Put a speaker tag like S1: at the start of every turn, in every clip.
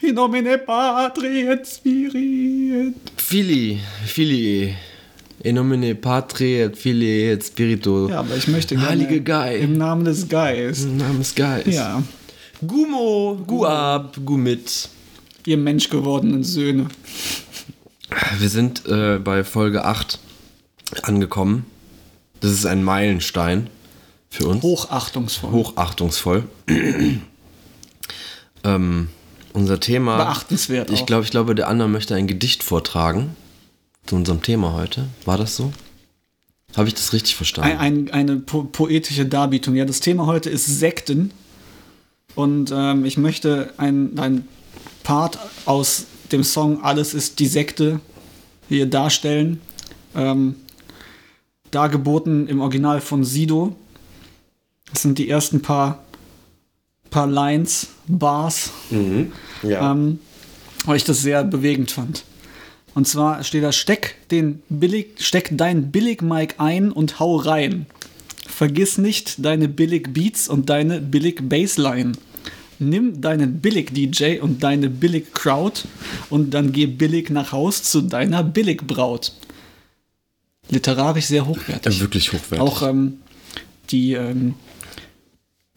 S1: In nomine Patri et Spirit.
S2: Fili, Fili. In nomine Patri et Fili et Spirito.
S1: Ja, aber ich möchte gerne
S2: Heilige Guy.
S1: im Namen des Geistes.
S2: Im Namen des Geistes.
S1: Ja,
S2: Gumo, Guab, Gumit.
S1: ihr menschgewordenen Söhne.
S2: Wir sind äh, bei Folge 8 angekommen. Das ist ein Meilenstein für uns.
S1: Hochachtungsvoll.
S2: Hochachtungsvoll. ähm, unser Thema.
S1: Beachtenswert
S2: Ich
S1: auch.
S2: glaube, ich glaube, der andere möchte ein Gedicht vortragen zu unserem Thema heute. War das so? Habe ich das richtig verstanden?
S1: Ein, ein, eine po poetische Darbietung. Ja, das Thema heute ist Sekten. Und ähm, ich möchte ein, ein Part aus dem Song Alles ist die Sekte hier darstellen. Ähm, dargeboten im Original von Sido. Das sind die ersten paar, paar Lines, Bars,
S2: ja.
S1: ähm, weil ich das sehr bewegend fand. Und zwar steht da, steck, den billig, steck dein Billig-Mic ein und hau rein. Vergiss nicht deine Billig-Beats und deine Billig-Bassline. Nimm deinen Billig-DJ und deine Billig-Crowd und dann geh billig nach Haus zu deiner Billig-Braut. Literarisch sehr hochwertig.
S2: Ja, wirklich hochwertig.
S1: Auch ähm, die, ähm,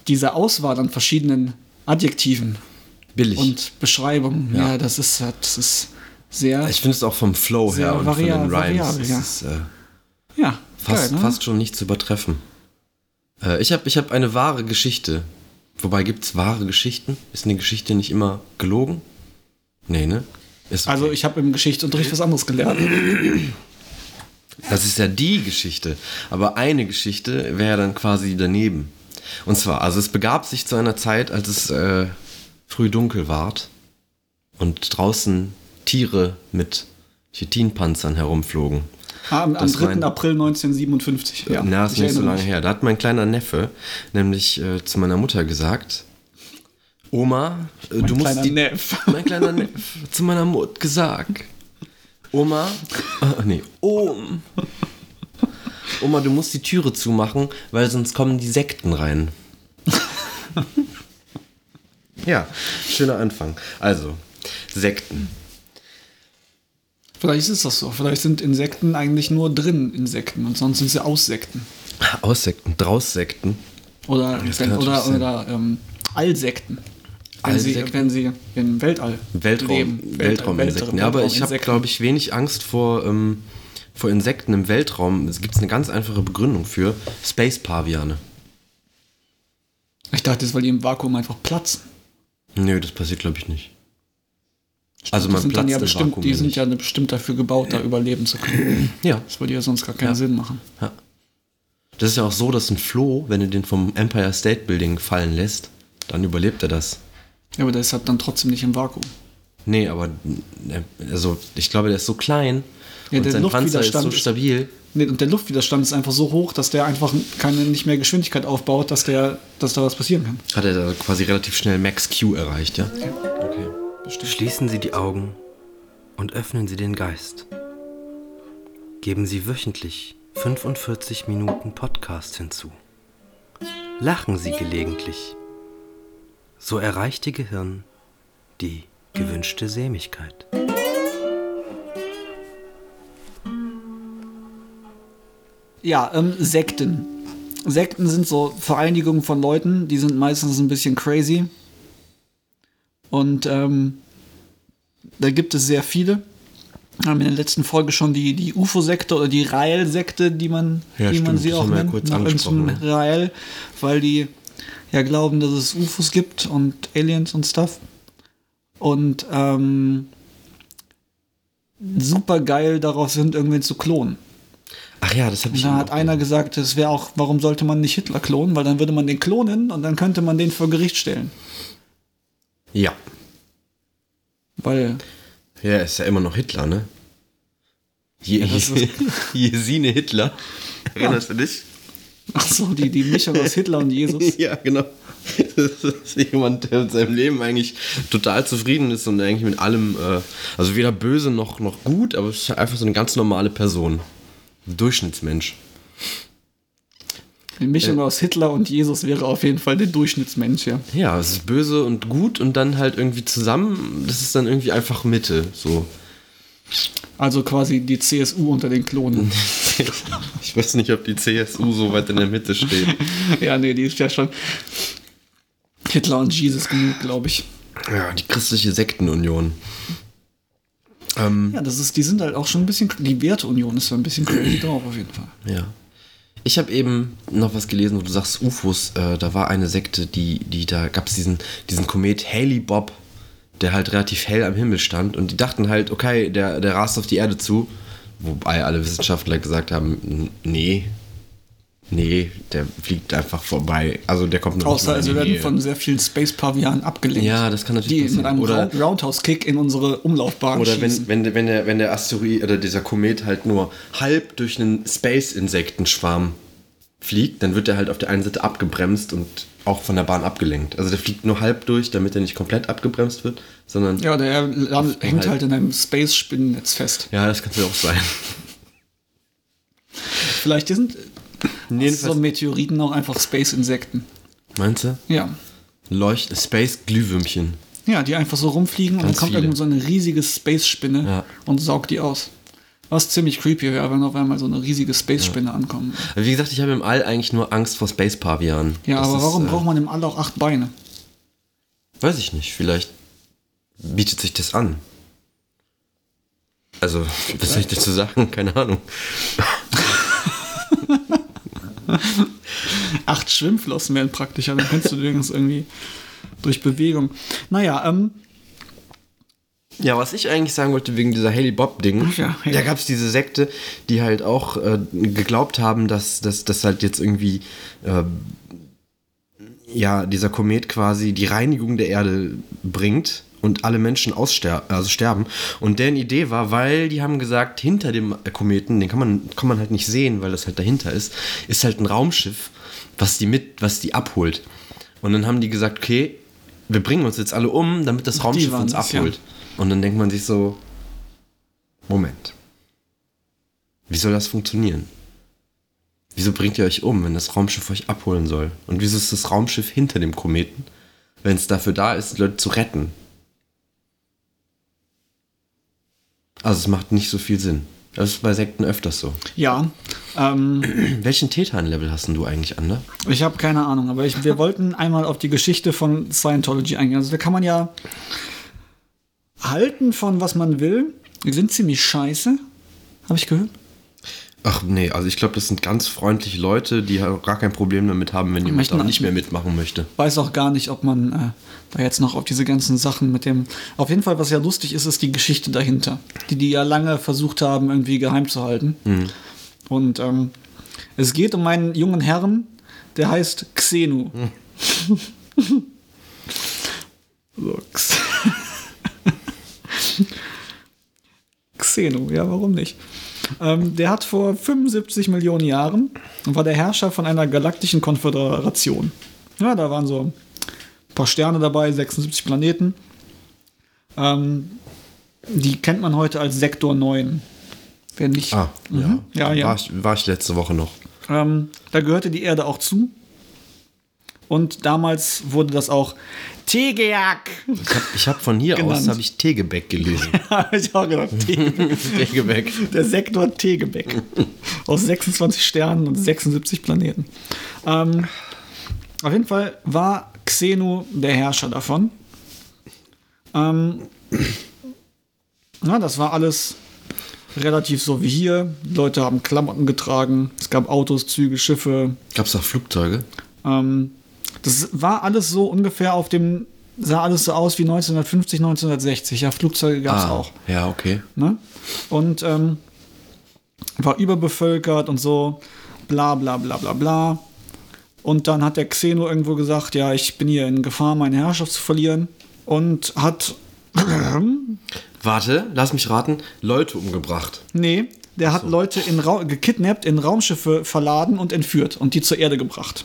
S1: diese Auswahl an verschiedenen Adjektiven
S2: Billig.
S1: und Beschreibung. Ja,
S2: Ja.
S1: das ist das ist sehr
S2: ich finde es auch vom Flow
S1: Sehr
S2: her und von
S1: varia-
S2: den Rhymes.
S1: variabel,
S2: ist
S1: ja.
S2: Es äh,
S1: ja
S2: fast,
S1: geil, ne?
S2: fast schon nicht zu übertreffen. Äh, ich habe ich hab eine wahre Geschichte. Wobei gibt es wahre Geschichten? Ist eine Geschichte nicht immer gelogen? Nee, ne? Ist
S1: Also ich habe im Geschichtsunterricht was anderes gelernt.
S2: Das ist ja die Geschichte. Aber eine Geschichte wäre dann quasi daneben. Und zwar, also es begab sich zu einer Zeit, als es äh, früh dunkel ward und draußen Tiere mit Chitinpanzern herumflogen.
S1: Ah, Am, am
S2: Das
S1: 3.
S2: mein-
S1: April 1957. Ja,
S2: Na, ist
S1: ich
S2: nicht so
S1: erinnere
S2: lange her. Da hat mein kleiner Neffe nämlich äh, zu meiner Mutter gesagt, Oma, äh, du
S1: Mein
S2: musst
S1: kleiner
S2: die...
S1: Neff.
S2: Mein kleiner Neff hat zu meiner Mutter gesagt. Oma, äh, nee, Om. Oma, du musst die Türe zumachen, weil sonst kommen die Sekten rein. ja, schöner Anfang. Also, Sekten.
S1: Vielleicht ist das so. Vielleicht sind Insekten eigentlich nur drin Insekten und sonst sind sie Aussekten.
S2: Aus Sekten, draus Sekten.
S1: Oder,
S2: Das
S1: wenn,
S2: kann natürlich
S1: oder,
S2: sein.
S1: oder ähm, Allsekten. Wenn,
S2: Allsekten?
S1: Sie, wenn sie im Weltall
S2: Weltraum,
S1: leben.
S2: Weltrauminsekten. Ja, aber ich habe,
S1: Weltrauminsekten.
S2: glaube ich, wenig Angst vor, ähm, vor Insekten im Weltraum. Es gibt eine ganz einfache Begründung für Space Paviane.
S1: ich dachte, das weil die im Vakuum einfach platzen.
S2: Nö, das passiert, glaube ich, nicht. Also man
S1: sind dann
S2: platzt
S1: ja
S2: im
S1: bestimmt,
S2: Vakuum
S1: die
S2: ja
S1: sind
S2: nicht.
S1: ja bestimmt dafür gebaut, da überleben zu können.
S2: Ja.
S1: Das würde ja sonst gar keinen Sinn machen.
S2: ja. Das ist ja auch so, dass ein Floh, wenn du den vom Empire State Building fallen lässt, dann überlebt er das.
S1: Ja, aber der ist halt dann trotzdem nicht im Vakuum.
S2: Nee, aber äh, also ich glaube, der ist so klein
S1: Ja,
S2: und
S1: der
S2: sein Panzer ist
S1: Luftwiderstand
S2: so
S1: ist-
S2: stabil.
S1: Nee, und der Luftwiderstand ist einfach so hoch, dass der einfach keine nicht mehr Geschwindigkeit aufbaut, dass der, dass da was passieren kann.
S2: Hat er da quasi relativ schnell Max Q erreicht, ja? Okay.
S3: Schließen Sie die Augen und öffnen Sie den Geist. Geben Sie wöchentlich 45 Minuten Podcast hinzu. Lachen Sie gelegentlich. So erreicht Ihr Gehirn die gewünschte Sämigkeit.
S1: Ja, ähm, Sekten. Sekten sind so Vereinigungen von Leuten, die sind meistens ein bisschen crazy. Und ähm, da gibt es sehr viele. Wir haben in der letzten Folge schon die, die UFO-Sekte oder die Rael-Sekte, die man,
S2: Ja,
S1: wie man
S2: stimmt,
S1: sie
S2: das
S1: auch
S2: haben wir ja
S1: nennt,
S2: kurz
S1: nach
S2: angesprochen,
S1: irgendeinem Rael, weil die ja glauben, dass es UFOs gibt und Aliens und Stuff. Und ähm, super geil darauf sind, irgendwen zu klonen.
S2: Ach ja, das habe ich
S1: Da
S2: eben
S1: hat
S2: auch
S1: einer gesagt, es wäre auch, warum sollte man nicht Hitler klonen? Weil dann würde man den klonen und dann könnte man den vor Gericht stellen.
S2: gehört. Ja.
S1: Weil
S2: Ja, ist ja immer noch Hitler, ne? Je,
S1: das ist-
S2: Jesine Hitler. Erinnerst du dich?
S1: Ach so, die, die Mischung aus Hitler und Jesus.
S2: Ja, genau. Das ist jemand, der mit seinem Leben eigentlich total zufrieden ist und eigentlich mit allem, äh, also weder böse noch, noch gut, aber halt es ist einfach so eine ganz normale Person. Durchschnittsmensch.
S1: Eine Mischung aus Hitler und Jesus wäre auf jeden Fall der Durchschnittsmensch, ja.
S2: Ja, es ist böse und gut und dann halt irgendwie zusammen. Das ist dann irgendwie einfach Mitte. So.
S1: Also quasi die CSU unter den Klonen.
S2: Ich weiß nicht, ob die CSU so weit in der Mitte steht.
S1: ja, nee, die ist ja schon Hitler und Jesus genug, glaube ich.
S2: Ja, die christliche Sektenunion. Ähm,
S1: Ja, das ist, die sind halt auch schon ein bisschen, die Werteunion ist da ein bisschen crazy drauf auf jeden Fall.
S2: ja. Ich habe eben noch was gelesen, wo du sagst, UFOs, äh, da war eine Sekte, die, die da gab es diesen, diesen Komet Haley Bob, der halt relativ hell am Himmel stand und die dachten halt, okay, der, der rast auf die Erde zu. Wobei alle Wissenschaftler gesagt haben, n- nee, nee, der fliegt einfach vorbei. Also der kommt noch
S1: Außer,
S2: mal in
S1: also
S2: die
S1: werden
S2: Nähe.
S1: von sehr vielen Space-Pavianen abgelenkt.
S2: eh. Ja, das kann natürlich
S1: Die mit
S2: passieren.
S1: einem
S2: Oder-
S1: Round- Roundhouse-Kick in unsere Umlaufbahn
S2: Oder
S1: schießen.
S2: wenn, wenn, wenn, der, wenn der Asteroid oder dieser Komet halt nur halb durch einen Space-Insektenschwarm fliegt, dann wird er halt auf der einen Seite abgebremst und auch von der Bahn abgelenkt. Also der fliegt nur halb durch, damit er nicht komplett abgebremst wird, sondern. Ja,
S1: ja, der land- hängt
S2: halt-
S1: halt in einem Space-Spinnennetz fest.
S2: das kann es ja auch sein.
S1: Vielleicht sind so
S2: Jedenfalls-
S1: Meteoriten auch einfach Space-Insekten.
S2: Meinst du?
S1: Ja.
S2: Leucht Space-Glühwürmchen.
S1: Ja, die einfach so rumfliegen und dann
S2: Ganz
S1: kommt
S2: viele.
S1: irgendwo so eine riesige Space-Spinne
S2: Ja.
S1: und saugt die aus. Was ziemlich creepy wäre, wenn auf einmal so eine riesige Space-Spinne ankommt.
S2: Aber Wie gesagt, ich habe im All eigentlich nur Angst vor Space-Pavianen.
S1: Ja,
S2: Das
S1: aber
S2: ist,
S1: warum
S2: äh,
S1: braucht man im All auch acht Beine?
S2: Weiß ich nicht, vielleicht bietet sich das an. Also, was soll ich dazu sagen? Keine Ahnung.
S1: Acht Schwimmflossen wären praktischer, dann könntest du übrigens irgendwie durch Bewegung. Naja, ähm,
S2: Ja, was ich eigentlich sagen wollte wegen dieser Haley Bob-Ding,
S1: Ach ja, Haley.
S2: da gab es diese Sekte, die halt auch äh, geglaubt haben, dass das halt jetzt irgendwie, äh, ja, dieser Komet quasi die Reinigung der Erde bringt und alle Menschen aussterben, also sterben. Und deren Idee war, weil die haben gesagt, hinter dem Kometen, den kann man, kann man halt nicht sehen, weil das halt dahinter ist, ist halt ein Raumschiff, was die mit, was die abholt. Und dann haben die gesagt, okay, wir bringen uns jetzt alle um, damit das Raumschiff
S1: waren
S2: uns
S1: das, ja.
S2: abholt. Und dann denkt man sich so, Moment. Wie soll das funktionieren? Wieso bringt ihr euch um, wenn das Raumschiff euch abholen soll? Und wieso ist das Raumschiff hinter dem Kometen, wenn es dafür da ist, Leute zu retten? Also es macht nicht so viel Sinn. Das ist bei Sekten öfters so.
S1: ja, ähm,
S2: Welchen Tetan-Level hast denn du eigentlich, Ander?
S1: Ich habe keine Ahnung, aber ich, wir wollten einmal auf die Geschichte von Scientology eingehen. Also da kann man ja halten von was man will. Die sind ziemlich scheiße, habe ich gehört.
S2: Ach nee, also ich glaube, das sind ganz freundliche Leute, die auch gar kein Problem damit haben, wenn jemand
S1: Möchten
S2: da nicht
S1: an-
S2: mehr mitmachen möchte.
S1: Weiß auch gar nicht, ob man äh, da jetzt noch auf diese ganzen Sachen mit dem. Auf jeden Fall, was ja lustig ist, ist die Geschichte dahinter, die die ja lange versucht haben, irgendwie geheim zu halten. Und ähm, es geht um einen jungen Herrn, der heißt Xenu. so, X Xenu, ja, warum nicht? Ähm, der hat vor 75 Millionen Jahren war der Herrscher von einer galaktischen Konföderation. Ja, da waren so ein paar Sterne dabei, 76 Planeten. Ähm, die kennt man heute als Sektor 9. Wer nicht. Mhm.
S2: Ah, ja.
S1: Ja, ja.
S2: War ich, war ich letzte Woche noch.
S1: Ähm, da gehörte die Erde auch zu. Und damals wurde das auch Tegeak.
S2: Ich habe ich hab von hier
S1: Genannt.
S2: aus hab ich Tegebeck gelesen.
S1: Hab ich auch gedacht. Tegebeck.
S2: Tegebeck.
S1: Der Sektor Tegebeck. Aus 26 Sternen und 76 Planeten. Ähm, auf jeden Fall war Xenu der Herrscher davon. Ähm, na, das war alles relativ so wie hier. Die Leute haben Klamotten getragen. Es gab Autos, Züge, Schiffe,
S2: Gab's auch Flugzeuge?
S1: Ähm, das war alles so ungefähr auf dem, sah alles so aus wie 1950, 1960. Ja, Flugzeuge gab es auch.
S2: Ah, Ja, okay.
S1: Ne? Und ähm, war überbevölkert und so, bla bla bla bla bla. Und dann hat der Xeno irgendwo gesagt, ja, ich bin hier in Gefahr, meine Herrschaft zu verlieren. Und hat,
S2: Warte, lass mich raten. Leute umgebracht.
S1: nee, der hat Leute in Ra gekidnappt, in Raumschiffe verladen und entführt und die zur Erde gebracht.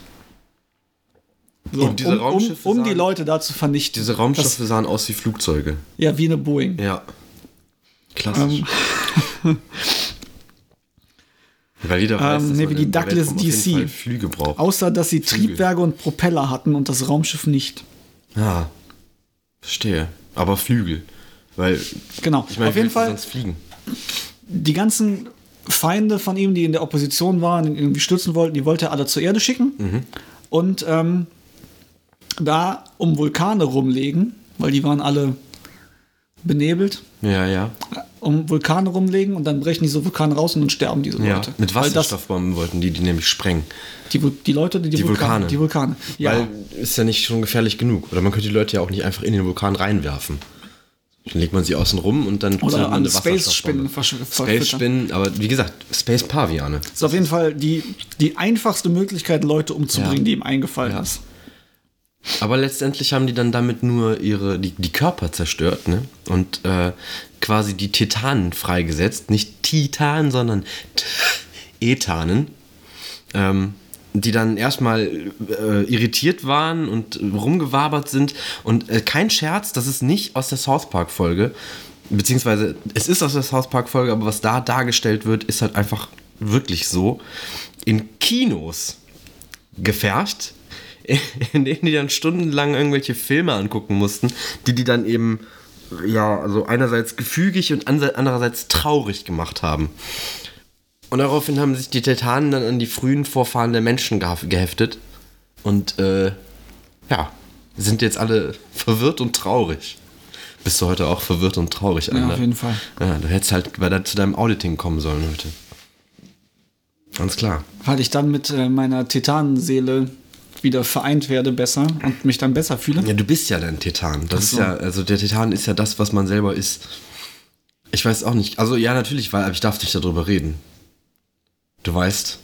S1: So,
S2: Und diese
S1: um, um,
S2: Raumschiffe
S1: um die
S2: sahen-
S1: Leute da zu vernichten.
S2: Diese Raumschiffe sahen aus wie Flugzeuge.
S1: Ja, wie eine Boeing.
S2: Ja. Klassisch. Weil jeder weiß,
S1: Ähm,
S2: dass
S1: nee,
S2: man
S1: wie die
S2: in der
S1: Douglas
S2: Weltraum auf jeden
S1: DC.
S2: Fall Flüge braucht.
S1: Außer, dass sie
S2: Flügel.
S1: Triebwerke und Propeller hatten und das Raumschiff nicht.
S2: Ja, verstehe. Aber Flügel. Weil,
S1: Genau.
S2: ich meine,
S1: Auf jeden
S2: wie willst du
S1: Fall,
S2: sonst fliegen.
S1: die ganzen Feinde von ihm, die in der Opposition waren, ihn irgendwie stürzen wollten, die wollte er alle zur Erde schicken.
S2: Mhm.
S1: Und ähm, da um Vulkane rumlegen, weil die waren alle benebelt,
S2: Ja, ja.
S1: um Vulkane rumlegen und dann brechen diese Vulkane raus und dann sterben diese
S2: ja.
S1: Leute.
S2: Mit
S1: Weil das,
S2: Wasserstoffbomben wollten die die nämlich sprengen.
S1: die, Vul- die Leute, die, die,
S2: Die
S1: Vulkane,
S2: Vulkane.
S1: Die Vulkane. Ja.
S2: Weil ist ja nicht schon gefährlich genug. Oder man könnte die Leute ja auch nicht einfach in den Vulkan reinwerfen. Dann legt man sie außen rum und dann
S1: Oder
S2: zündet man
S1: an
S2: eine
S1: Space-Spinnen
S2: Wasserstoffbombe.
S1: versch- verfüttern.
S2: Space-Spinnen, aber wie gesagt, Space-Paviane.
S1: Das ist auf jeden Fall die, die einfachste Möglichkeit, Leute umzubringen,
S2: Ja.
S1: die ihm eingefallen
S2: Ja.
S1: ist.
S2: Aber letztendlich haben die dann damit nur ihre die, die Körper zerstört, ne? Und äh, quasi die Titanen freigesetzt, nicht Titan, sondern T- Ethanen, ähm, die dann erstmal äh, irritiert waren und rumgewabert sind. Und äh, kein Scherz, das ist nicht aus der South Park Folge, beziehungsweise es ist aus der South Park Folge, aber was da dargestellt wird, ist halt einfach wirklich so. In Kinos gefärscht, in denen die dann stundenlang irgendwelche Filme angucken mussten, die die dann eben, ja, also einerseits gefügig und anse- andererseits traurig gemacht haben. Und daraufhin haben sich die Titanen dann an die frühen Vorfahren der Menschen geha- geheftet und, äh, ja, sind jetzt alle verwirrt und traurig. Bist du heute auch verwirrt und traurig, Alter?
S1: auf jeden Fall.
S2: Ja, du hättest halt bei de- zu deinem Auditing kommen sollen heute. Ganz klar.
S1: Weil ich dann mit äh, meiner Titanenseele wieder vereint werde besser und mich dann besser fühle.
S2: Ja, du bist ja dein Titan. Das
S1: Mhm. so.
S2: ist ja, also der Titan ist ja das, was man selber ist. Ich weiß auch nicht. Also ja, natürlich, weil aber ich darf nicht darüber reden. Du weißt.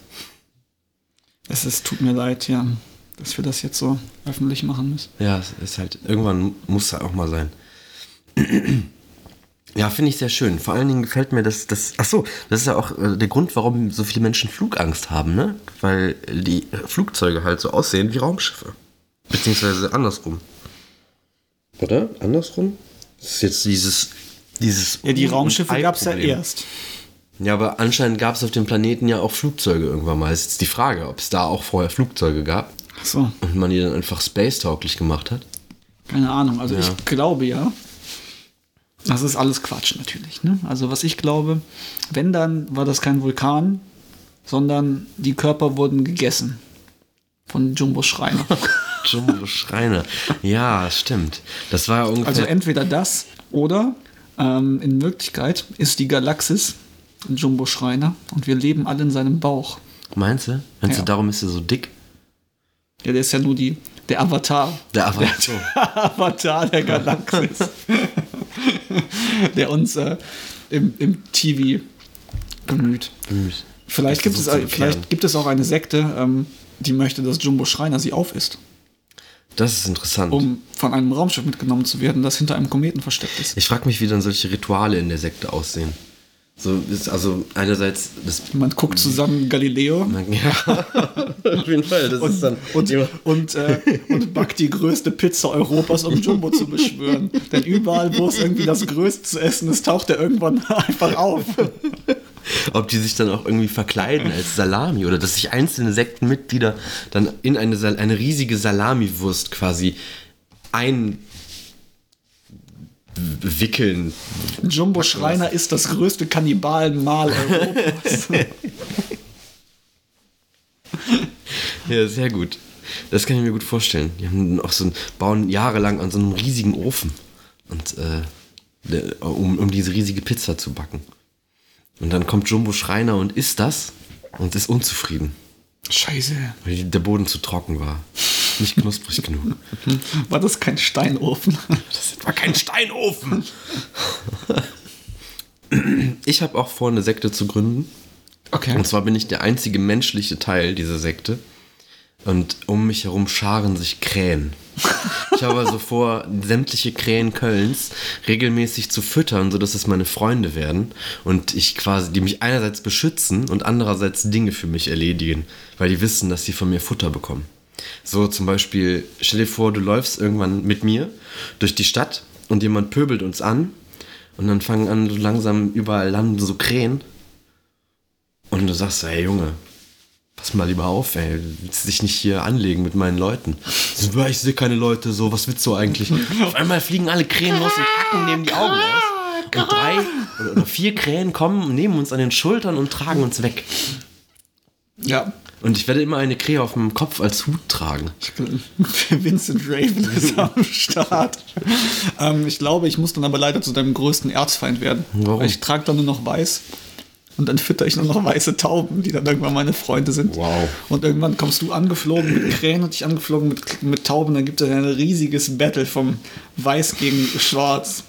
S1: Es ist, tut mir leid, ja, dass wir das jetzt so öffentlich machen müssen.
S2: Ja, es ist halt, irgendwann muss halt auch mal sein. Ja, finde ich sehr schön. Vor allen Dingen gefällt mir das, das, ach so, das ist ja auch äh, der Grund, warum so viele Menschen Flugangst haben, ne? Weil die Flugzeuge halt so aussehen wie Raumschiffe. Beziehungsweise andersrum. Oder? Andersrum? Das ist jetzt dieses, dieses.
S1: Ja, die
S2: Huhn- und
S1: Raumschiffe gab es ja
S2: Ei-Problem.
S1: erst.
S2: Ja, aber anscheinend gab es auf dem Planeten ja auch Flugzeuge irgendwann mal. Ist jetzt die Frage, ob es da auch vorher Flugzeuge gab
S1: Ach so,
S2: und man die dann einfach space-tauglich gemacht hat.
S1: keine Ahnung. Also
S2: Ja.
S1: ich glaube ja. Das ist alles Quatsch natürlich. Ne? Also was ich glaube, wenn dann war das kein Vulkan, sondern die Körper wurden gegessen. Von Jumbo Schreiner.
S2: Jumbo Schreiner. Ja, stimmt. Das war ja ungefähr.
S1: Also entweder das oder ähm, in Wirklichkeit ist die Galaxis ein Jumbo Schreiner und wir leben alle in seinem Bauch.
S2: meinst du? Meinst
S1: Ja.
S2: du, darum ist er so dick?
S1: Ja, der ist ja nur die, der Avatar.
S2: Der Avatar.
S1: Avatar der Galaxis. der uns äh, im, im TV gemüht. Vielleicht, gibt es,
S2: Versucht zu
S1: vielleicht
S2: bekehren.
S1: gibt es auch eine Sekte, ähm, die möchte, dass Jumbo Schreiner sie aufisst,
S2: Das ist interessant.
S1: um von einem Raumschiff mitgenommen zu werden, das hinter einem Kometen versteckt ist.
S2: Ich frage mich, wie dann solche Rituale in der Sekte aussehen. So ist also einerseits das.
S1: Man guckt zusammen Galileo
S2: Ja, auf jeden Fall. Das ist dann.
S1: und, und, äh, und backt die größte Pizza Europas, um Jumbo zu beschwören. Denn überall, wo es irgendwie das Größte zu essen ist, taucht er irgendwann einfach auf.
S2: Ob die sich dann auch irgendwie verkleiden als Salami oder dass sich einzelne Sektenmitglieder dann in eine, Sal eine riesige Salamiwurst quasi einwickeln.
S1: Jumbo Schreiner ist das größte Kannibalenmahl Europas.
S2: Ja, sehr gut. Das kann ich mir gut vorstellen. Die haben auch so ein, bauen jahrelang an so einem riesigen Ofen, und, äh, der- um, um diese riesige Pizza zu backen. Und dann kommt Jumbo Schreiner und isst das und ist unzufrieden,
S1: Scheiße.
S2: weil die- der Boden zu trocken war. Nicht knusprig genug.
S1: War das kein Steinofen?
S2: Das war kein Steinofen. Ich habe auch vor, eine Sekte zu gründen.
S1: Okay.
S2: Und zwar bin ich der einzige menschliche Teil dieser Sekte. Und um mich herum scharen sich Krähen. Ich habe also vor, sämtliche Krähen Kölns regelmäßig zu füttern, sodass es meine Freunde werden. Und ich quasi, die mich einerseits beschützen und andererseits Dinge für mich erledigen. Weil die wissen, dass sie von mir Futter bekommen. So zum Beispiel, stell dir vor, du läufst irgendwann mit mir durch die Stadt und jemand pöbelt uns an. Und dann fangen an, so langsam überall landen so Krähen. Und Und du sagst, ey Junge, pass mal lieber auf, ey, willst dich nicht hier anlegen mit meinen Leuten. So, "Ja, ich sehe keine Leute, so, was willst du eigentlich? Auf einmal fliegen alle Krähen los und hacken neben die Augen aus. Und drei oder- oder vier Krähen kommen, und nehmen uns an den Schultern und tragen uns weg.
S1: Ja.
S2: Und ich werde immer eine Krähe auf dem Kopf als Hut tragen.
S1: Vincent Raven ist am Start. ähm, ich glaube, ich muss dann aber leider zu deinem größten Erzfeind werden.
S2: Warum?
S1: Weil Ich trage dann nur noch weiß. Und dann fütter ich nur noch weiße Tauben, die dann irgendwann meine Freunde sind.
S2: Wow.
S1: Und irgendwann kommst du angeflogen mit Krähen und ich angeflogen mit, mit Tauben. Dann gibt es ein riesiges Battle vom Weiß gegen Schwarz.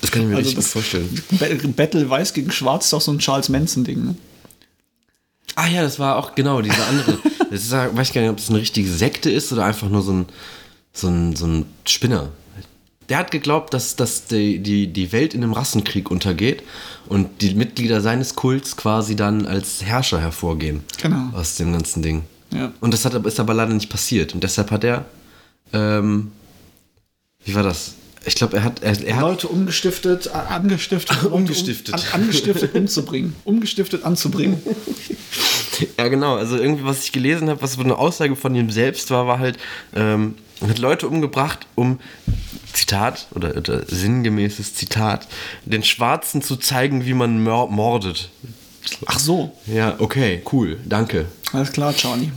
S2: Das kann ich mir
S1: Also
S2: nicht gut
S1: das
S2: vorstellen.
S1: Ba- Battle Weiß gegen Schwarz ist doch so ein Charles Manson-Ding. Ne?
S2: Ah ja, das war auch genau diese andere. das ist, ja- weiß ich gar nicht, ob das eine richtige Sekte ist oder einfach nur so ein, so ein, so ein Spinner. Der hat geglaubt, dass, dass die, die, die Welt in einem Rassenkrieg untergeht und die Mitglieder seines Kults quasi dann als Herrscher hervorgehen.
S1: Genau.
S2: Aus dem ganzen Ding.
S1: Ja.
S2: Und das hat, aber- ist aber leider nicht passiert. Und deshalb hat er. Ähm, wie war das? Ich glaube, er hat. Er, er hat
S1: Leute umgestiftet, a- angestiftet, Leute
S2: Umgestiftet.
S1: Um, an, angestiftet umzubringen. Umgestiftet anzubringen.
S2: Ja, genau. Also irgendwie, was ich gelesen habe, was so eine Aussage von ihm selbst war, war halt, ähm, er hat Leute umgebracht, um, Zitat, oder, oder sinngemäßes Zitat, den Schwarzen zu zeigen, wie man mör- mordet.
S1: Ach so.
S2: Ja, okay, cool, danke.
S1: Alles klar, Charlie.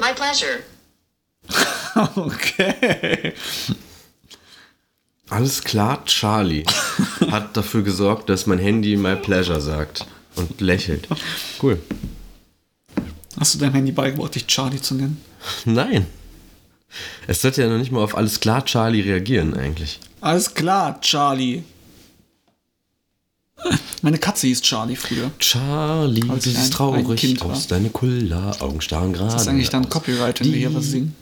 S4: My pleasure.
S1: Okay.
S2: Alles klar, Charlie hat dafür gesorgt, dass mein Handy My Pleasure sagt und lächelt. Cool.
S1: Hast du dein Handy beigebracht, dich Charlie zu nennen?
S2: Nein. Es sollte ja noch nicht mal auf alles klar, Charlie reagieren eigentlich.
S1: Alles klar, Charlie. Meine Katze hieß Charlie früher.
S2: Charlie, du
S1: Als ich
S2: siehst
S1: ein- ein
S2: traurig
S1: Kind war.
S2: aus, deine Kulla, Augen starren gerade.
S1: Das ist eigentlich dann
S2: aus.
S1: Copyright, wenn wir hier was singen.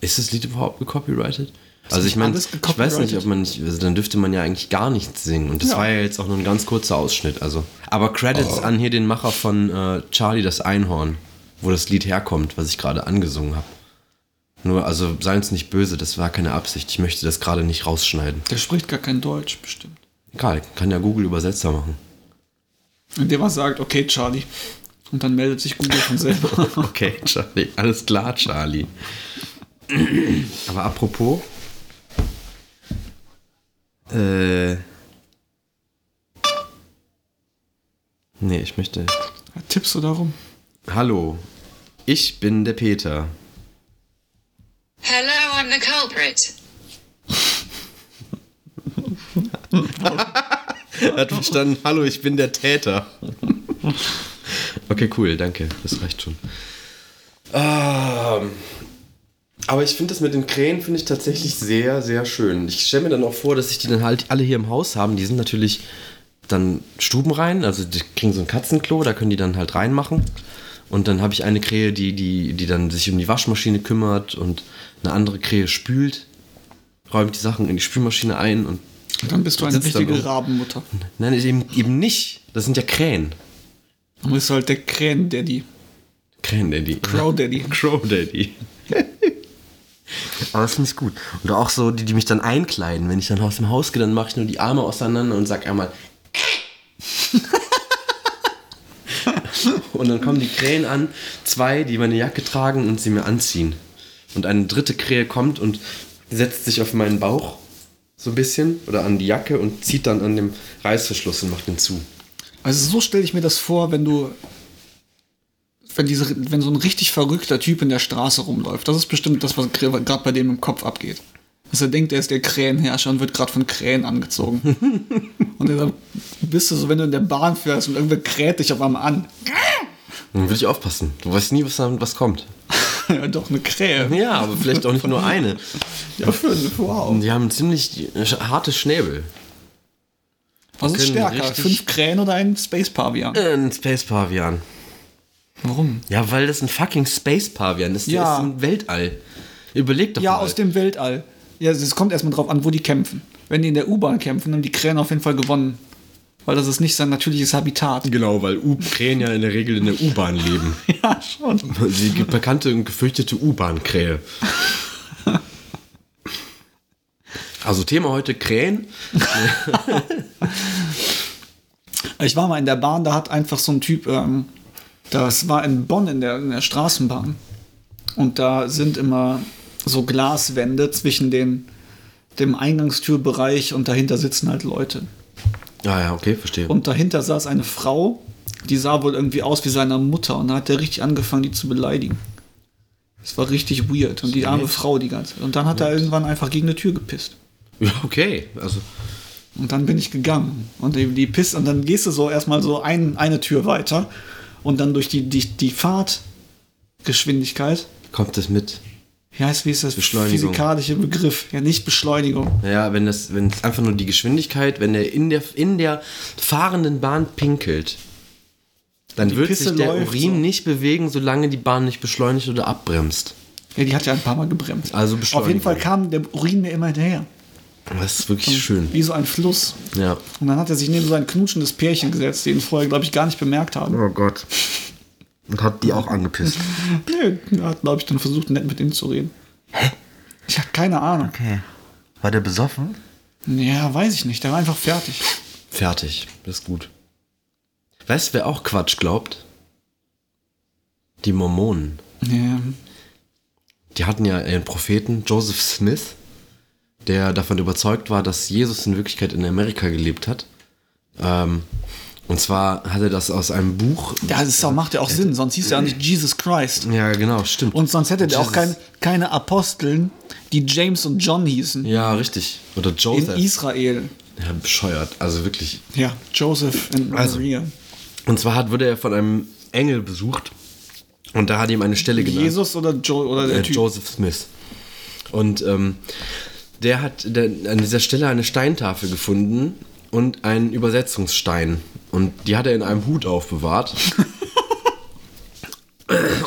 S2: Ist das Lied überhaupt gecopyrighted? Also ich meine,
S1: alles
S2: ich weiß nicht,
S1: gecopyrighted?
S2: ob man nicht, also dann dürfte man ja eigentlich gar nichts singen. Und das
S1: Ja. Oh.
S2: war ja jetzt auch nur ein ganz kurzer Ausschnitt. Also, aber Credits an hier den Macher von äh, Charlie das Einhorn, wo das Lied herkommt, was ich gerade angesungen habe. Nur, also sei uns nicht böse, das war keine Absicht. Ich möchte das gerade nicht rausschneiden.
S1: Der spricht gar kein Deutsch, bestimmt.
S2: Egal, kann ja Google Übersetzer machen.
S1: Indem er sagt, okay, Charlie. Und dann meldet sich Google von selber.
S2: Okay, Charlie. Alles klar, Charlie. Aber apropos. Äh. Nee, ich möchte.
S1: Tippst du darum?
S2: Hallo. Ich bin der Peter.
S4: Hello, I'm the culprit.
S2: Er hat verstanden, hallo, ich bin der Täter. Okay, cool, danke. Das reicht schon. Ähm, aber ich finde das mit den Krähen finde ich tatsächlich sehr, sehr schön. Ich stelle mir dann auch vor, dass ich die dann halt alle hier im Haus haben. Die sind natürlich dann Stuben rein, also die kriegen so ein Katzenklo, da können die dann halt reinmachen. Und dann habe ich eine Krähe, die, die, die dann sich um die Waschmaschine kümmert und eine andere Krähe spült, räumt die Sachen in die Spülmaschine ein und
S1: Und dann bist du eine
S2: Sitzt da
S1: richtige
S2: oben.
S1: Rabenmutter.
S2: Nein, eben, eben nicht. Das sind ja Krähen.
S1: Du bist halt der Krähen-Daddy.
S2: Krähen-Daddy.
S1: Crow-Daddy.
S2: Crow-Daddy. Aber das finde ich gut. Oder auch so, die, die mich dann einkleiden. Wenn ich dann aus dem Haus gehe, dann mache ich nur die Arme auseinander und sag einmal. und dann kommen die Krähen an, zwei, die meine Jacke tragen und sie mir anziehen. Und eine dritte Krähe kommt und setzt sich auf meinen Bauch so ein bisschen oder an die Jacke und zieht dann an dem Reißverschluss und macht den zu.
S1: Also so stelle ich mir das vor, wenn du, wenn diese, wenn so ein richtig verrückter Typ in der Straße rumläuft. Das ist bestimmt das, was gerade bei dem im Kopf abgeht. Dass er denkt, er ist der Krähenherrscher und wird gerade von Krähen angezogen. und dann bist du so, wenn du in der Bahn fährst und irgendwer kräht dich auf einmal an.
S2: Dann würde ich aufpassen. Du weißt nie, was, da- was kommt.
S1: ja, doch, eine Krähe.
S2: Ja, aber vielleicht auch nicht nur eine.
S1: Ja, fünf, wow.
S2: Und die haben ziemlich äh, sch- harte Schnäbel.
S1: Was ist
S2: können
S1: Also stärker?
S2: richtig-
S1: Fünf Krähen oder ein Space Pavian?
S2: Äh, Ein Space Pavian.
S1: Warum?
S2: Ja, weil das ein fucking Space Pavian ist. Der
S1: Ja.
S2: ist im Weltall. Überleg doch
S1: Ja,
S2: mal.
S1: aus dem Weltall. Ja, es kommt erstmal drauf an, wo die kämpfen. Wenn die in der U-Bahn kämpfen, haben die Krähen auf jeden Fall gewonnen. Weil das ist nicht sein natürliches Habitat.
S2: Genau, weil U Krähen ja in der Regel in der U-Bahn leben.
S1: Ja, schon.
S2: Die ge- bekannte und gefürchtete U-Bahn-Krähe. Also Thema heute Krähen.
S1: Ich war mal in der Bahn, da hat einfach so ein Typ, ähm, das war in Bonn in der, in der Straßenbahn. Und da sind immer so Glaswände zwischen den, dem Eingangstürbereich und dahinter sitzen halt Leute.
S2: Ah ja, okay, verstehe.
S1: Und dahinter saß eine Frau, die sah wohl irgendwie aus wie seine Mutter und da hat er richtig angefangen, die zu beleidigen. Das war richtig weird. Und die arme Frau die ganze Und dann hat er irgendwann einfach gegen eine Tür gepisst.
S2: ja, okay. Also,
S1: Und dann bin ich gegangen. Und die, die Piss, und dann gehst du so erstmal so ein, eine Tür weiter. Und dann durch die, die, die Fahrtgeschwindigkeit,
S2: kommt das mit.
S1: ja, heißt, wie ist das
S2: Beschleunigung.
S1: physikalische Begriff? Ja, nicht Beschleunigung.
S2: Ja, wenn das, wenn es einfach nur die Geschwindigkeit, wenn der in der in der fahrenden Bahn pinkelt, dann
S1: Die
S2: wird
S1: Pisse
S2: sich der
S1: läuft
S2: Urin
S1: so.
S2: nicht bewegen, solange die Bahn nicht beschleunigt oder abbremst.
S1: Ja, die hat ja ein paar Mal gebremst.
S2: Also
S1: Auf jeden
S2: Beschleunigung.
S1: Fall kam der Urin mir immer hinterher.
S2: Das ist
S1: Hm.
S2: wirklich schön.
S1: Wie so ein Fluss.
S2: Ja.
S1: Und dann hat er sich neben so ein knutschendes Pärchen gesetzt, die ihn vorher, glaube ich, gar nicht bemerkt haben.
S2: Oh Gott. Und hat die auch angepisst.
S1: Nö, er hat, glaube ich, dann versucht, nett mit ihm zu reden. Ich habe keine Ahnung.
S3: Okay. War der besoffen?
S1: Ja, weiß ich nicht. Der war einfach fertig.
S2: Fertig. Das ist gut. Weißt du, wer auch Quatsch glaubt? Die Mormonen.
S1: Ja,
S2: Die hatten ja einen Propheten, Joseph Smith, der davon überzeugt war, dass Jesus in Wirklichkeit in Amerika gelebt hat. Ähm, und zwar hat er das aus einem Buch.
S1: Ja, das ist auch, macht ja auch Sinn, sonst hieß er ja nicht Jesus Christ.
S2: Ja, genau, stimmt.
S1: Und sonst hätte der auch
S2: Jesus.
S1: kein, keine Aposteln, die James und John hießen.
S2: Ja, richtig. Oder
S1: in
S2: Joseph.
S1: Israel.
S2: ja, bescheuert. Also wirklich.
S1: Ja, Joseph und
S2: Also,
S1: Maria.
S2: Und zwar hat, wurde er von einem Engel besucht. Und da hat ihm eine Stelle genannt.
S1: Jesus oder, jo oder der
S2: äh,
S1: Typ.
S2: Joseph Smith. Und ähm, der hat der, an dieser Stelle eine Steintafel gefunden und einen Übersetzungsstein. Und die hat er in einem Hut aufbewahrt.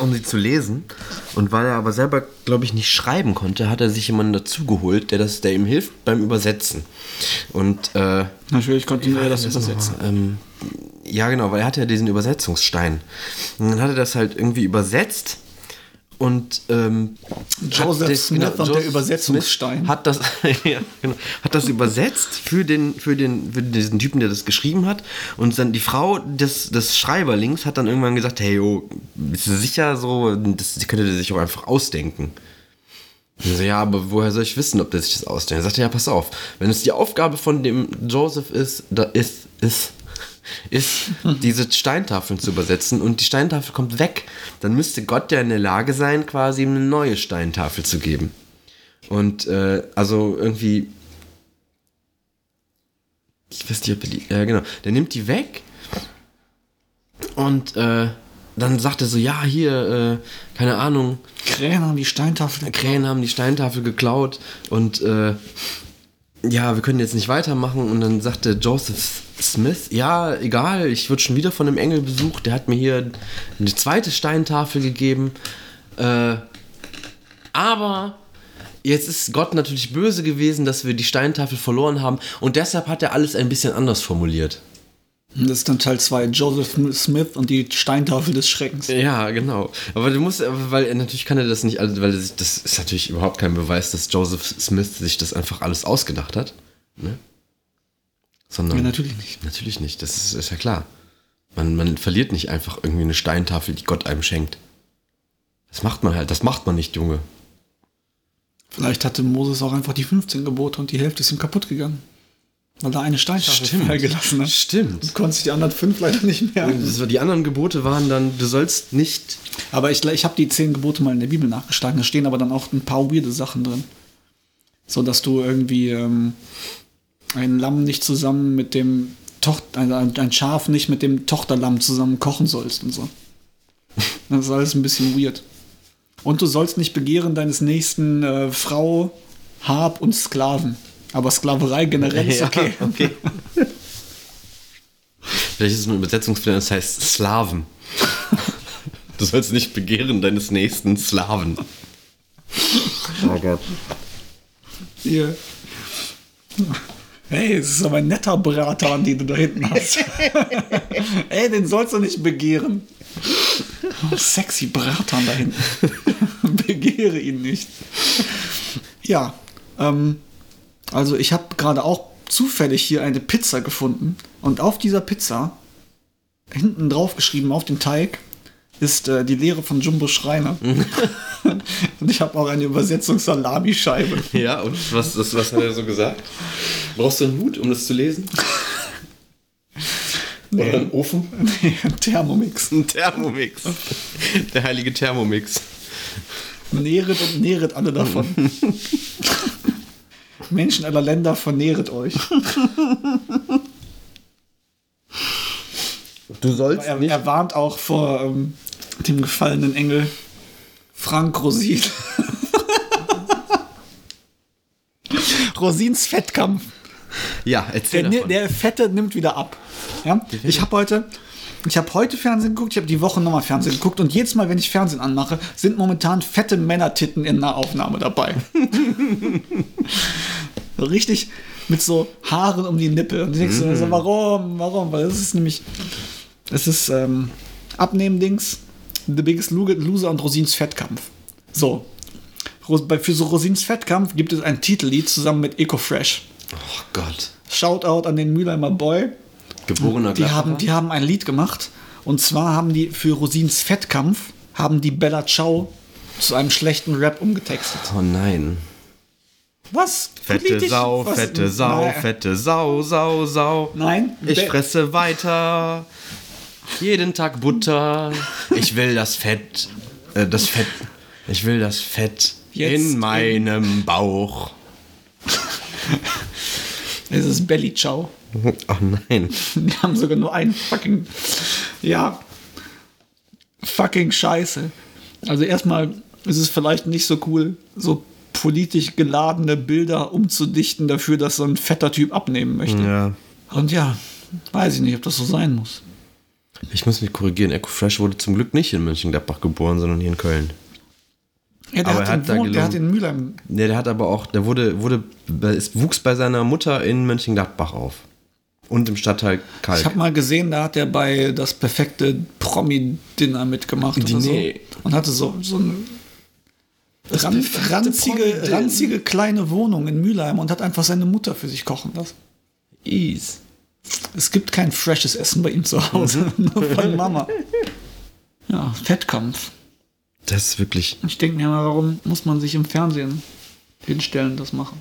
S2: um sie zu lesen. Und weil er aber selber, glaube ich, nicht schreiben konnte, hat er sich jemanden dazugeholt, der, das, der ihm hilft beim Übersetzen. Und äh,
S1: Natürlich konnte er das übersetzen.
S2: ähm, ja, genau, weil er hatte ja diesen Übersetzungsstein. Und dann hat er das halt irgendwie übersetzt und ähm,
S1: Joseph
S2: das-
S1: Smith und der
S2: Joseph
S1: Übersetzungsstein.
S2: Smith hat das, ja, genau, hat das übersetzt für, den, für, den, für diesen Typen, der das geschrieben hat. Und dann die Frau des, des Schreiberlings hat dann irgendwann gesagt, hey, oh, bist du sicher so, das könnte der sich auch einfach ausdenken. Und so, ja, aber woher soll ich wissen, ob der sich das ausdenkt? Er sagte, ja, pass auf, wenn es die Aufgabe von dem Joseph ist, da ist, ist, ist, diese Steintafeln zu übersetzen und die Steintafel kommt weg, dann müsste Gott ja in der Lage sein, quasi ihm eine neue Steintafel zu geben. Und äh, also irgendwie. Ich weiß nicht, ob er die. Ja, genau. Der nimmt die weg und äh, dann sagt er so, ja, hier, äh, keine Ahnung,
S1: Krähen haben die Steintafel.
S2: Krähen haben die Steintafel geklaut und äh, ja, wir können jetzt nicht weitermachen. Und dann sagte Joseph Smith, ja, egal, ich wurde schon wieder von einem Engel besucht, der hat mir hier eine zweite Steintafel gegeben. Äh, aber jetzt ist Gott natürlich böse gewesen, dass wir die Steintafel verloren haben und deshalb hat er alles ein bisschen anders formuliert.
S1: Das ist dann Teil 2. Joseph Smith und die Steintafel des Schreckens.
S2: Ja, genau. Aber du musst, weil er- natürlich kann er das nicht, also, weil er sich, das ist natürlich überhaupt kein Beweis, dass Joseph Smith sich das einfach alles ausgedacht hat. Ne? Sondern.
S1: Ja, natürlich nicht.
S2: Natürlich nicht, das ist, ist ja klar. Man, man verliert nicht einfach irgendwie eine Steintafel, die Gott einem schenkt. Das macht man halt, das macht man nicht, Junge.
S1: Vielleicht hatte Moses auch einfach die 15 Gebote und die Hälfte ist ihm kaputt gegangen. Weil er eine Steintafel
S2: Stimmt.
S1: freigelassen hat.
S2: Stimmt.
S1: Konnte sich die anderen fünf leider nicht merken.
S2: Das war, die anderen Gebote waren dann, du sollst nicht.
S1: Aber ich, ich habe die zehn Gebote mal in der Bibel nachgeschlagen. Da stehen aber dann auch ein paar weirde Sachen drin. So dass du irgendwie ähm, ein Lamm nicht zusammen mit dem Tochter, also ein ein Schaf nicht mit dem Tochterlamm zusammen kochen sollst und so. Das ist alles ein bisschen weird. Und du sollst nicht begehren deines nächsten äh, Frau, Hab und Sklaven. Aber Sklaverei generell ist
S2: Ja,
S1: okay.
S2: okay. Vielleicht ist es ein Übersetzungsfehler, das heißt Slaven. du sollst nicht begehren deines nächsten Slaven. Oh Gott.
S1: Hier. Hey, es ist aber ein netter Bratan, den du da hinten hast. Ey, den sollst du nicht begehren. Oh, sexy Bratan da hinten. Begehre ihn nicht. Ja, ähm, also ich habe gerade auch zufällig hier eine Pizza gefunden. Und auf dieser Pizza hinten drauf geschrieben auf den Teig ist äh, die Lehre von Jumbo Schreiner. und ich habe auch eine Übersetzung Salamischeibe.
S2: Ja, und was, das, was hat er so gesagt? Brauchst du einen Hut, um das zu lesen? Oder einen Ofen?
S1: Nee, Thermomix.
S2: Ein Thermomix. Der heilige Thermomix.
S1: Nähret und nähret alle davon. Menschen aller Länder, vernähret euch.
S2: Du sollst
S1: Er, er warnt auch vor ähm, dem gefallenen Engel Frank Rosin. Rosins Fettkampf.
S2: Ja, erzähl
S1: Der,
S2: davon.
S1: der Fette nimmt wieder ab. Ja? Ich habe heute, ich habe heute Fernsehen geguckt, ich habe die Woche nochmal Fernsehen geguckt und jedes Mal, wenn ich Fernsehen anmache, sind momentan fette Männertitten in einer Aufnahme dabei. Richtig mit so Haaren um die Nippel. Und ich denke
S2: Mhm.
S1: so, warum, warum? Weil das ist nämlich, es ist ähm, Abnehmen-Dings, The Biggest Lo- Loser und Rosins Fettkampf. So. Ros- bei- Für so Rosins Fettkampf gibt es ein Titellied zusammen mit Ecofresh.
S2: oh Gott.
S1: Shoutout an den Mülheimer Boy.
S2: Geborener
S1: Die haben,
S2: Gladbacher?
S1: die haben ein Lied gemacht. Und zwar haben die für Rosins Fettkampf, haben die Bella Ciao zu einem schlechten Rap umgetextet.
S2: Oh nein.
S1: Was?
S2: Fette
S1: Politisch?
S2: Sau,
S1: Was?
S2: fette Sau,
S1: Nein.
S2: fette Sau, Sau, Sau.
S1: Nein.
S2: Ich
S1: Be-
S2: fresse weiter. Jeden Tag Butter. Ich will das Fett. Äh, das Fett. Ich will das Fett
S1: Jetzt
S2: in
S1: in-
S2: meinem Bauch.
S1: Es ist Belly Ciao.
S2: Oh nein.
S1: Die haben sogar nur einen fucking. Ja. Fucking Scheiße. Also, erstmal ist es vielleicht nicht so cool, so politisch geladene Bilder umzudichten dafür, dass so ein fetter Typ abnehmen möchte.
S2: Ja.
S1: Und ja, weiß ich nicht, ob das so sein muss.
S2: Ich muss mich korrigieren. Echo Fresh wurde zum Glück nicht in Mönchengladbach geboren, sondern hier in Köln.
S1: Ja, der,
S2: Aber
S1: hat
S2: er hat
S1: den
S2: da
S1: Wohn- der
S2: gelungen.
S1: hat den Mülheim
S2: Ne, der hat aber auch, der wurde, wurde, es wuchs bei seiner Mutter in Mönchengladbach auf. Und im Stadtteil Kalk.
S1: Ich habe mal gesehen, da hat er bei das perfekte Promi-Dinner mitgemacht oder
S2: Diner.
S1: so. Und hatte so, so eine ran,
S2: perfekte
S1: ranzige,
S2: Promi-Dinner.
S1: ranzige kleine Wohnung in Mülheim und hat einfach seine Mutter für sich kochen lassen.
S2: Ease.
S1: Es gibt kein freshes Essen bei ihm zu Hause,
S2: Mhm.
S1: nur von Mama. Ja, Fettkampf.
S2: Das ist wirklich.
S1: Ich denke mir mal, warum muss man sich im Fernsehen hinstellen und das machen?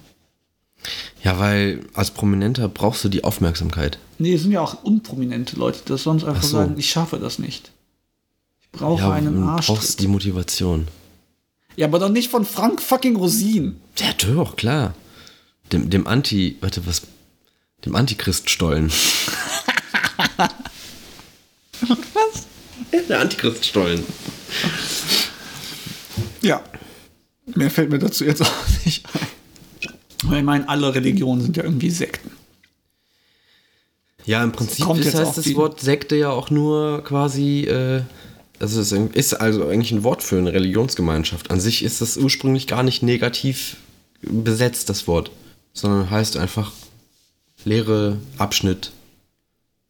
S2: Ja, weil als Prominenter brauchst du die Aufmerksamkeit.
S1: Nee, es sind ja auch unprominente Leute, die das sonst einfach
S2: Ach so.
S1: sagen, ich schaffe das nicht. Ich brauche
S2: ja,
S1: einen
S2: du
S1: Arsch.
S2: brauchst die Motivation.
S1: Ja, aber doch nicht von Frank fucking Rosin.
S2: Ja, doch, klar. Dem, dem Anti. Warte, was? Dem Antichriststollen. was? Ja, der Antichriststollen.
S1: Ja. Mehr fällt mir dazu jetzt auch nicht ein. Weil ich meine, alle Religionen sind ja irgendwie Sekten.
S2: Ja, im Prinzip
S1: Kommt
S2: ist,
S1: jetzt
S2: heißt
S1: auf
S2: das
S1: die-
S2: Wort Sekte ja auch nur quasi, äh, also es ist also eigentlich ein Wort für eine Religionsgemeinschaft. An sich ist das ursprünglich gar nicht negativ besetzt, das Wort, sondern heißt einfach Lehre, Abschnitt,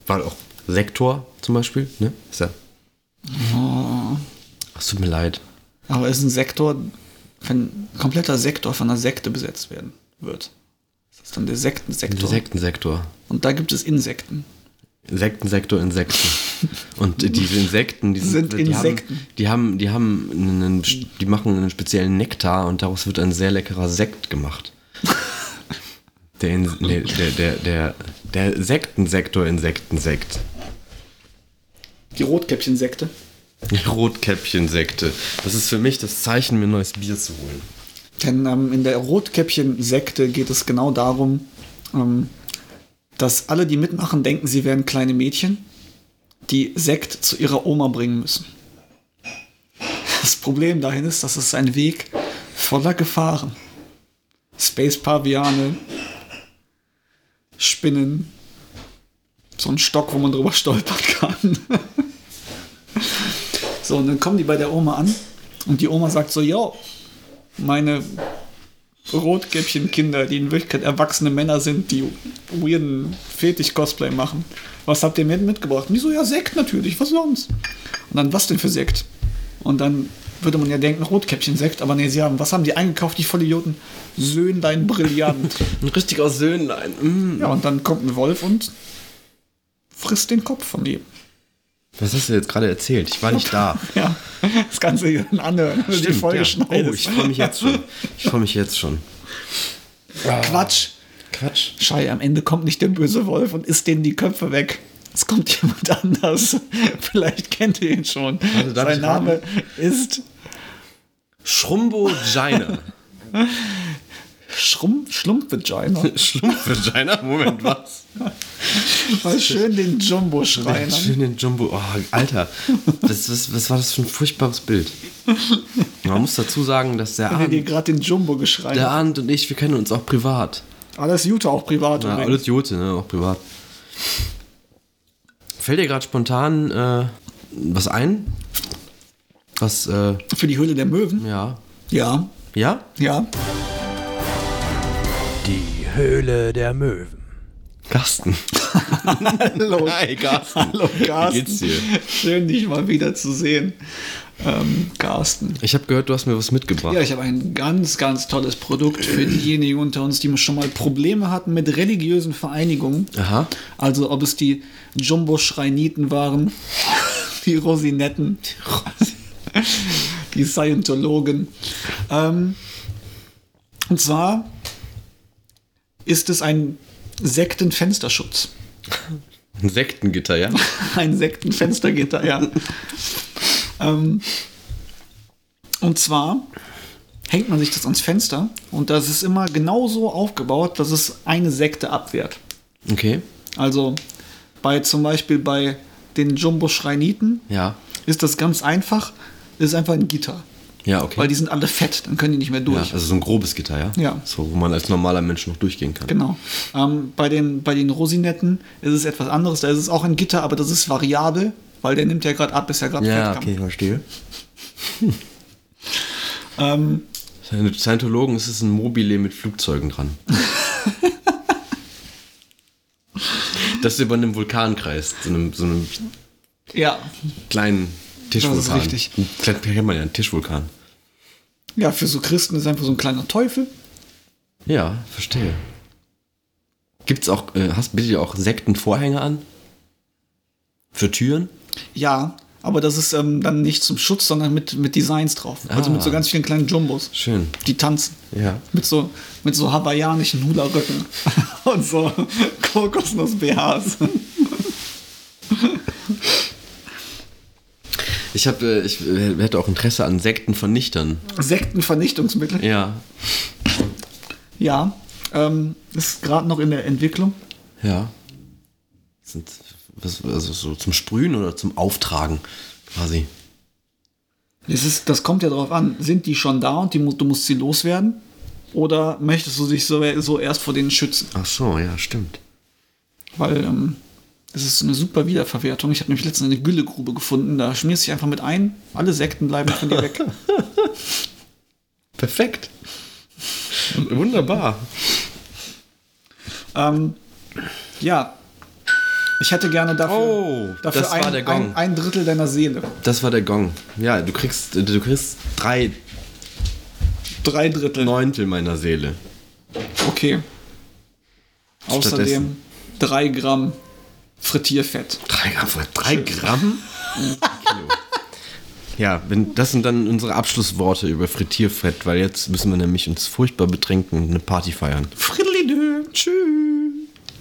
S2: weil auch Sektor zum Beispiel, ne? Ist ja.
S1: Ah.
S2: Ach, es tut mir leid.
S1: Aber es ist ein Sektor, wenn ein kompletter Sektor von einer Sekte besetzt werden wird. Das ist dann der Sektensektor.
S2: Insektensektor.
S1: Und da gibt es Insekten.
S2: Insektensektor, Insekten. Und diese Insekten, die
S1: Sind
S2: die
S1: Insekten.
S2: Haben, die haben, die haben einen, die machen einen speziellen Nektar und daraus wird ein sehr leckerer Sekt gemacht. Der, In, nee, der, der, der, der Sektensektor, Insektensekt.
S1: Die Rotkäppchen-Sekte.
S2: Die Rotkäppchensekte. Das ist für mich das Zeichen, mir ein neues Bier zu holen.
S1: Denn ähm, in der Rotkäppchen-Sekte geht es genau darum, ähm, dass alle, die mitmachen, denken, sie wären kleine Mädchen, die Sekt zu ihrer Oma bringen müssen. Das Problem dahin ist, dass es ein Weg voller Gefahren. Space-Paviane, Spinnen, so ein Stock, wo man drüber stolpern kann. so, und dann kommen die bei der Oma an und die Oma sagt so, yo, meine Rotkäppchen-Kinder, die in Wirklichkeit erwachsene Männer sind, die weirden Fetisch-Cosplay machen. Was habt ihr mit mitgebracht? Und die so, ja, Sekt natürlich, was sonst? Und dann, was denn für Sekt? Und dann würde man ja denken, Rotkäppchen-Sekt, aber nee, sie haben, was haben die eingekauft, die Vollidioten? Söhnlein Brillant.
S2: Ein richtiger Söhnlein. Mm.
S1: ja, und dann kommt ein Wolf und frisst den Kopf von ihm.
S2: Was hast du jetzt gerade erzählt? Ich war nicht da.
S1: Ja, das Ganze hier dann anhören, wenn du die Folge
S2: ja. Oh,
S1: schneidest.
S2: ich freue mich jetzt schon. Ich freue mich jetzt schon.
S1: Quatsch.
S2: Quatsch.
S1: Schei, am Ende kommt nicht der böse Wolf und isst denen die Köpfe weg. Es kommt jemand anders. Vielleicht kennt ihr ihn schon.
S2: Warte, Also darf
S1: Sein
S2: ich raten?
S1: Name ist
S2: Schrumbo Gina.
S1: Schrumm, Schlumpvagina.
S2: Schlumpfvagina? Moment, was?
S1: Mal schön den Jumbo schreien.
S2: Schön den Jumbo. Oh, Alter, was, was, was war das für ein furchtbares Bild? Man muss dazu sagen, dass der
S1: Wir dir
S2: Arndt,
S1: gerade den Jumbo geschrien.
S2: der
S1: Ja.
S2: Arndt und ich, wir kennen uns auch privat.
S1: Alles Jute auch privat.
S2: Ja,
S1: übrigens.
S2: alles Jote, ne? Auch privat. Fällt dir gerade spontan äh, was ein? Was, äh,
S1: Für die Höhle der Möwen?
S2: ja.
S1: Ja.
S2: Ja?
S1: Ja.
S3: Die Höhle der Möwen.
S2: Carsten.
S1: Hallo.
S2: Hi, Carsten.
S1: Hallo, Carsten.
S2: Wie geht's dir?
S1: Schön, dich mal wieder zu sehen. Ähm, Carsten.
S2: Ich habe gehört, du hast mir was mitgebracht.
S1: Ja, ich habe ein ganz, ganz tolles Produkt für diejenigen unter uns, die schon mal Probleme hatten mit religiösen Vereinigungen.
S2: Aha.
S1: Also ob es die Jumbo-Schreiniten waren, die Rosinetten, die Scientologen. Ähm, und zwar ist es ein Sektenfensterschutz.
S2: Ein Sektengitter, ja?
S1: Ein Sektenfenstergitter, ja. ähm, und zwar hängt man sich das ans Fenster und das ist immer genauso aufgebaut, dass es eine Sekte abwehrt.
S2: Okay.
S1: Also bei zum Beispiel bei den Jumbo-Schreiniten
S2: Ja.
S1: ist das ganz einfach. Das ist einfach ein Gitter,
S2: Ja, okay.
S1: weil die sind alle fett, dann können die nicht mehr
S2: ja,
S1: durch.
S2: also so ein grobes Gitter, ja?
S1: Ja.
S2: So, wo man als normaler Mensch noch durchgehen kann.
S1: Genau. Ähm, bei, den, bei den Rosinetten ist es etwas anderes. Da ist es auch ein Gitter, aber das ist variabel, weil der nimmt ja gerade ab, ist ja gerade
S2: Ja,
S1: Fettkampf.
S2: okay, verstehe.
S1: Ähm,
S2: Seine Scientologen es ist ein Mobile mit Flugzeugen dran. das über einem Vulkan kreist, so einem, so einem
S1: ja.
S2: kleinen Tischvulkan.
S1: richtig.
S2: Ein kleinen- kennt man ja, einen Tischvulkan.
S1: ja, für so Christen ist einfach so ein kleiner Teufel.
S2: Ja, verstehe. Gibt's auch, äh, hast bitte auch Sektenvorhänge an? Für Türen?
S1: Ja, aber das ist ähm, dann nicht zum Schutz, sondern mit, mit Designs drauf. Also
S2: Ah.
S1: mit so ganz vielen kleinen Jumbos.
S2: Schön.
S1: Die tanzen.
S2: Ja.
S1: Mit so, mit so hawaiianischen Hula-Rücken und so Kokosnuss-BHs.
S2: Ich, hab, äh, ich äh, hätte auch Interesse an Sektenvernichtern.
S1: Sektenvernichtungsmittel.
S2: Ja.
S1: Ja, ähm, ist gerade noch in der Entwicklung.
S2: Ja. Sind, was, also so zum Sprühen oder zum Auftragen quasi.
S1: Es ist, das kommt ja drauf an. Sind die schon da und die, mu- du musst sie loswerden? Oder möchtest du dich so, so erst vor denen schützen?
S2: Ach so, ja, stimmt.
S1: Weil ähm, das ist eine super Wiederverwertung. Ich habe nämlich letztens eine Güllegrube gefunden. Da schmierst du dich einfach mit ein. Alle Sekten bleiben von dir weg.
S2: Perfekt. Wunderbar.
S1: ähm, ja. Ich hätte gerne dafür,
S2: Oh,
S1: dafür
S2: das war
S1: ein,
S2: der Gong.
S1: ein, ein Drittel deiner Seele.
S2: Das war der Gong. Ja, du kriegst, äh, du kriegst drei
S1: Drei Drittel.
S2: Neuntel meiner Seele.
S1: Okay. Außerdem
S2: Stattdessen.
S1: drei Gramm Frittierfett.
S2: Drei Gramm? was? Drei Gramm? Kilo. Ja, wenn, das sind dann unsere Abschlussworte über Frittierfett, weil jetzt müssen wir nämlich uns furchtbar betrinken und eine Party feiern.
S1: Friddelidö. Tschüss.